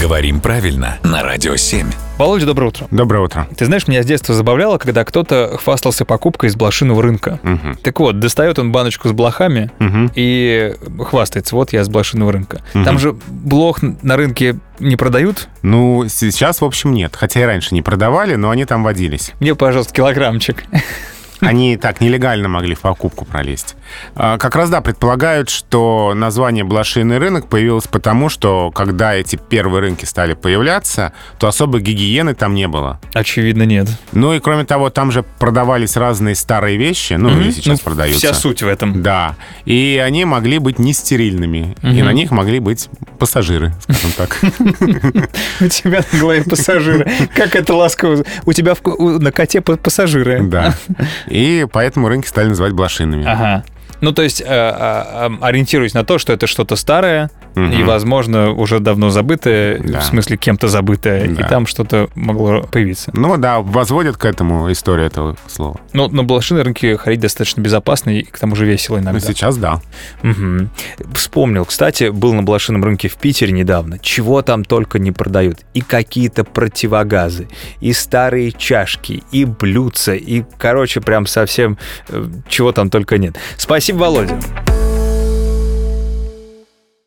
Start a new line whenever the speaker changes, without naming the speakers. Говорим правильно на Радио 7.
Володя, доброе утро.
Доброе утро.
Ты знаешь, меня с детства забавляло, когда кто-то хвастался покупкой из блошиного рынка.
Мгм.
Так вот, достает он баночку с блохами
Мгм.
и хвастается, вот я с блошиного рынка.
Мгм.
Там же блох на рынке не продают.
Ну, сейчас, в общем, нет. Хотя и раньше не продавали, но они там водились.
Мне, пожалуйста, килограммчик.
Они и так нелегально могли в покупку пролезть. А, Как раз, да, предполагают, что название «блошиный рынок» появилось потому, что когда эти первые рынки стали появляться, то особой гигиены там не было.
Очевидно, нет.
Ну и, кроме того, там же продавались разные старые вещи, ну, или
Мгм.
сейчас
Ну,
продаются.
Вся суть в этом.
Да, и они могли быть нестерильными, и
Мгм.
на них могли быть пассажиры, скажем так.
У тебя на голове пассажиры. Как это ласково. У тебя в ко- у- на коте па- пассажиры.
Да. И поэтому рынки стали называть блошиными.
Ага. Ну, то есть, э, а, а, ориентируясь на то, что это что-то старое
Мгм.
и, возможно, уже давно забытое,
Да.
в смысле, кем-то забытое,
Да.
и там что-то могло появиться.
Ну да, возводят к этому историю этого слова.
Но на блошиной рынке ходить достаточно безопасно и, к тому же, весело
Ну
иногда.
сейчас да.
Мгм. Вспомнил, кстати, был на блошином рынке в Питере недавно. Чего там только не продают. И какие-то противогазы, и старые чашки, и блюдца, и, короче, прям совсем э, чего там только нет. Спасибо, Володя.